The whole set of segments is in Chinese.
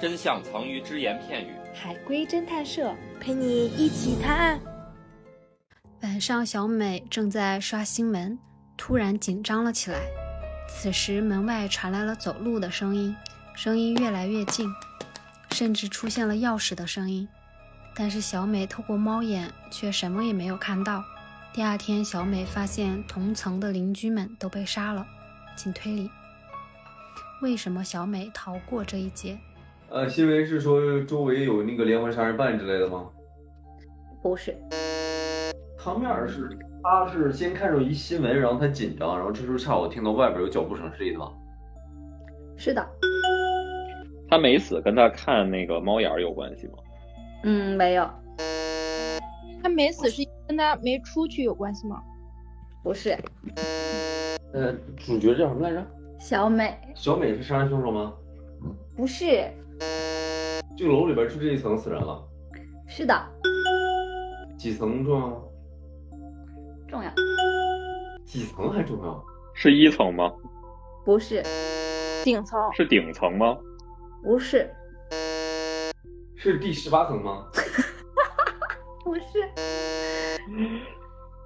真相藏于只言片语。海龟侦探社陪你一起探案。晚上，小美正在刷新闻，突然紧张了起来。此时，门外传来了走路的声音，声音越来越近，甚至出现了钥匙的声音。但是，小美透过猫眼却什么也没有看到。第二天，小美发现同层的邻居们都被杀了。请推理，为什么小美逃过这一劫？呃，新闻是说周围有那个连环杀人犯之类的吗？不是，汤面儿是他是先看着一新闻，然后他紧张，然后这时候恰好听到外边有脚步声之类的吧？是的，他没死，跟他看那个猫眼儿有关系吗？嗯，没有，他没死是跟他没出去有关系吗？不是，呃，主角叫什么来着？小美小美是杀人凶手吗？不是，这个楼里边就这一层死人了，是的，几层重要？重要，几层还重要？是一层吗？不是，顶层是顶层吗？不是，是第十八层吗？不是，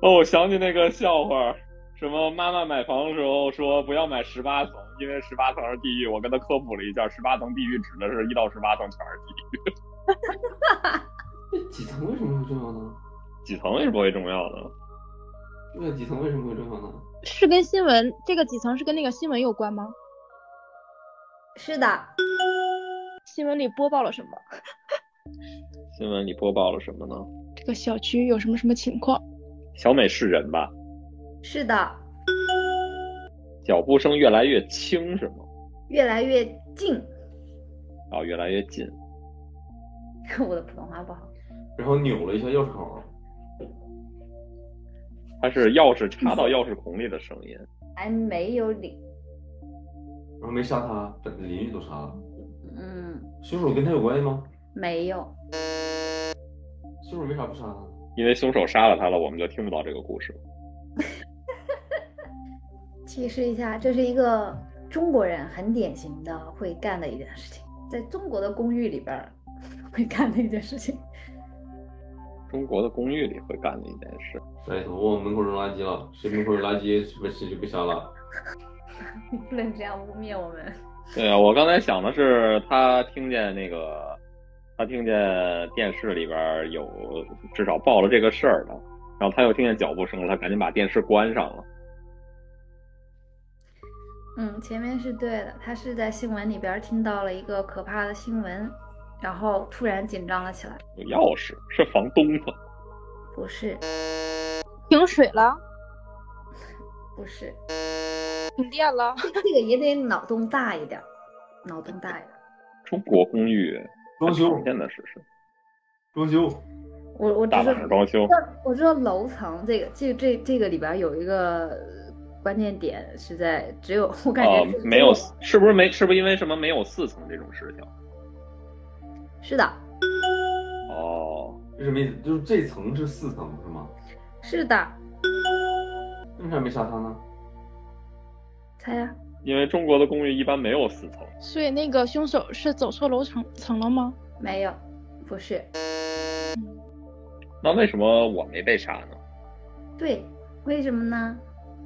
哦，我想起那个笑话儿，什么妈妈买房的时候说不要买十八层，因为十八层是地狱。我跟他科普了一下，十八层地狱指的是一到十八层全是地狱，这几层为什么会重要呢？几层为什么会重要呢？对啊，几层为什么会重要呢？是跟新闻这个几层是跟那个新闻有关吗？是的，新闻里播报了什么？新闻里播报了什么呢？这个小区有什么什么情况？小美是人吧？是的，脚步声越来越轻是吗？越来越近。 哦，越来越近。我的普通话不好，然后扭了一下钥匙孔，它是钥匙插到钥匙孔里的声音。还没有理。然后没杀他，把邻居都杀了。嗯，凶手跟他有关系吗？没有，凶手为啥不杀啊他？因为凶手杀了他了，我们就听不到这个故事了。提示一下，这是一个中国人很典型的会干的一件事情，在中国的公寓里边儿 会干的一件事情。 中国的公寓里会干的一件事，哎，我往门口扔垃圾了，谁门口有垃圾，谁被谁就被杀了。你不能这样污蔑我们。对啊，我刚才想的是，他听见那个，他听见电视里边有至少报了这个事儿的，然后他又听见脚步声了，他赶紧把电视关上了。嗯，前面是对的，他是在新闻里边儿听到了一个可怕的新闻，然后突然紧张了起来。有钥匙是房东的，不是，停水了，不是，停电了，这个也得脑洞大一点儿，脑洞大一点儿。中国公寓装修，现在是是装修，我我只大晚上是装修，我知道楼层这个这这这个里边儿有一个关键点是在只有我感呃觉是，没有，是不是没是不是因为什么没有四层这种事情？是的，哦，这什么意思？就是这层是四层是吗？是的，那为啥没杀他呢？猜呀、因为中国的公寓一般没有四层，所以那个凶手是走错楼层层了吗？没有，不是，那为什么我没被杀呢？对，为什么呢？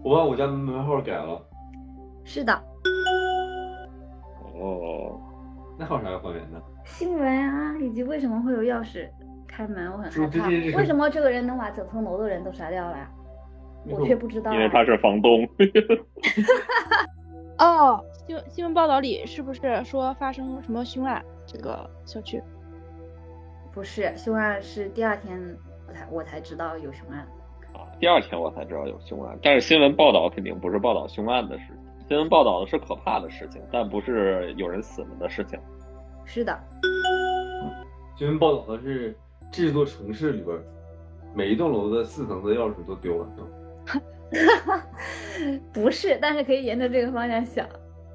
我把我家门牌号改了，是的，哦，那还有啥要还原的？新闻啊，以及为什么会有钥匙开门，我很是害怕。这这这为什么这个人能把整层楼的人都杀掉了呀？那我个却不知道、啊。因为他是房东。哦，新新闻报道里是不是说发生什么凶案？这个小区不是凶案，是第二天我才我才知道有凶案。第二天我才知道有凶案，但是新闻报道肯定不是报道凶案的事情，新闻报道的是可怕的事情，但不是有人死了的事情。是的， 新闻报道的是这座城市里边儿每一栋楼的四层的钥匙都丢了，是吧不是，但是可以沿着这个方向想，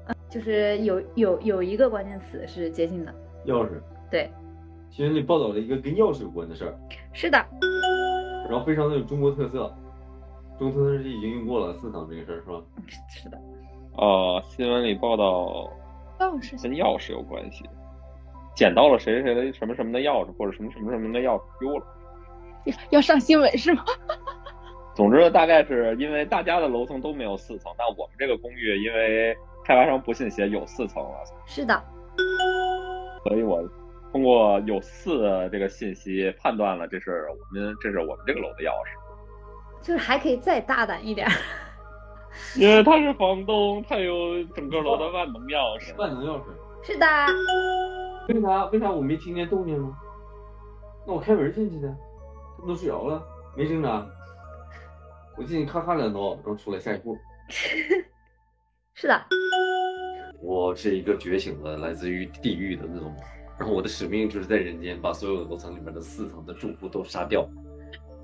嗯就是有有有一个关键词是接近的，钥匙。对，新闻里报道了一个跟钥匙有关的事儿，是的，然后非常的有中国特色。中国特色是已经用过了四层这个事儿是吧？是的，呃，新闻里报道哦，是 跟钥匙有关系，捡到了谁谁谁的什么什么的钥匙，或者什么什么什么的钥匙丢了。要要上新闻是吗？总之，大概是因为大家的楼层都没有四层，但我们这个公寓因为开发商不信邪有四层了，是的，所以我通过有四的这个信息判断了这是我们这是我们这个楼的钥匙，就是还可以再大胆一点儿。 因为他是房东，他有整个楼的万能钥匙。万能钥匙。是的，为啥为啥我没听见动静呢？那我开门进去的，他们都睡着了，没挣扎。我进去咔咔两刀，然后出来晒裤。是的，我是一个觉醒的，来自于地狱的那种。然后我的使命就是在人间把所有楼层里面的四层的住户都杀掉。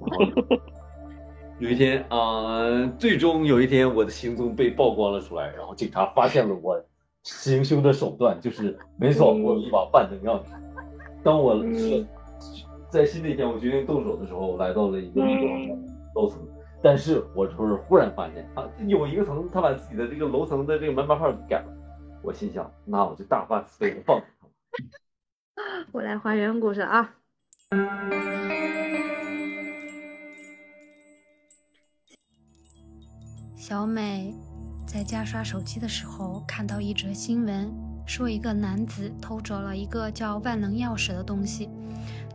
然后有一天啊、呃最终有一天我的行踪被曝光了出来，然后警察发现了我行凶的手段，就是没少过一把半能钥匙。当我是在新的一天我决定动手的时候，我来到了一个楼层。但是我就是忽然发现啊，有一个层，他把自己的这个楼层的这个门牌号给改了。我心想，那我就大发慈悲的放了他。我来还原故事啊。小美在家刷手机的时候，看到一则新闻，说一个男子偷走了一个叫万能钥匙的东西。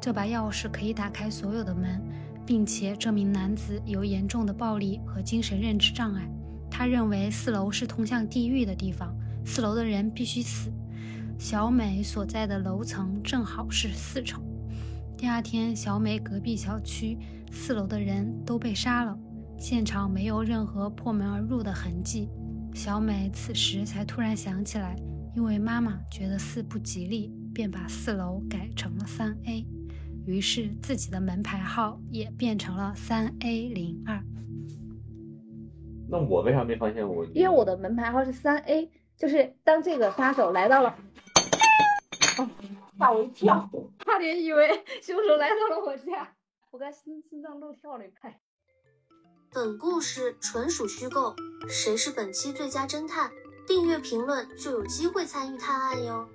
这把钥匙可以打开所有的门，并且这名男子有严重的暴力和精神认知障碍。他认为四楼是通向地狱的地方，四楼的人必须死。小美所在的楼层正好是四层。第二天，小美隔壁小区四楼的人都被杀了。现场没有任何破门而入的痕迹。小美此时才突然想起来，因为妈妈觉得四不吉利，便把四楼改成了三 A，于是自己的门牌号也变成了三 A 零二。那我为啥没发现我？因为我的门牌号是三 A，就是当这个杀手来到了，哦吓我一跳，差点以为凶手来到了我家，我刚心心脏漏跳了一拍。本故事纯属虚构，谁是本期最佳侦探？订阅评论就有机会参与探案哟。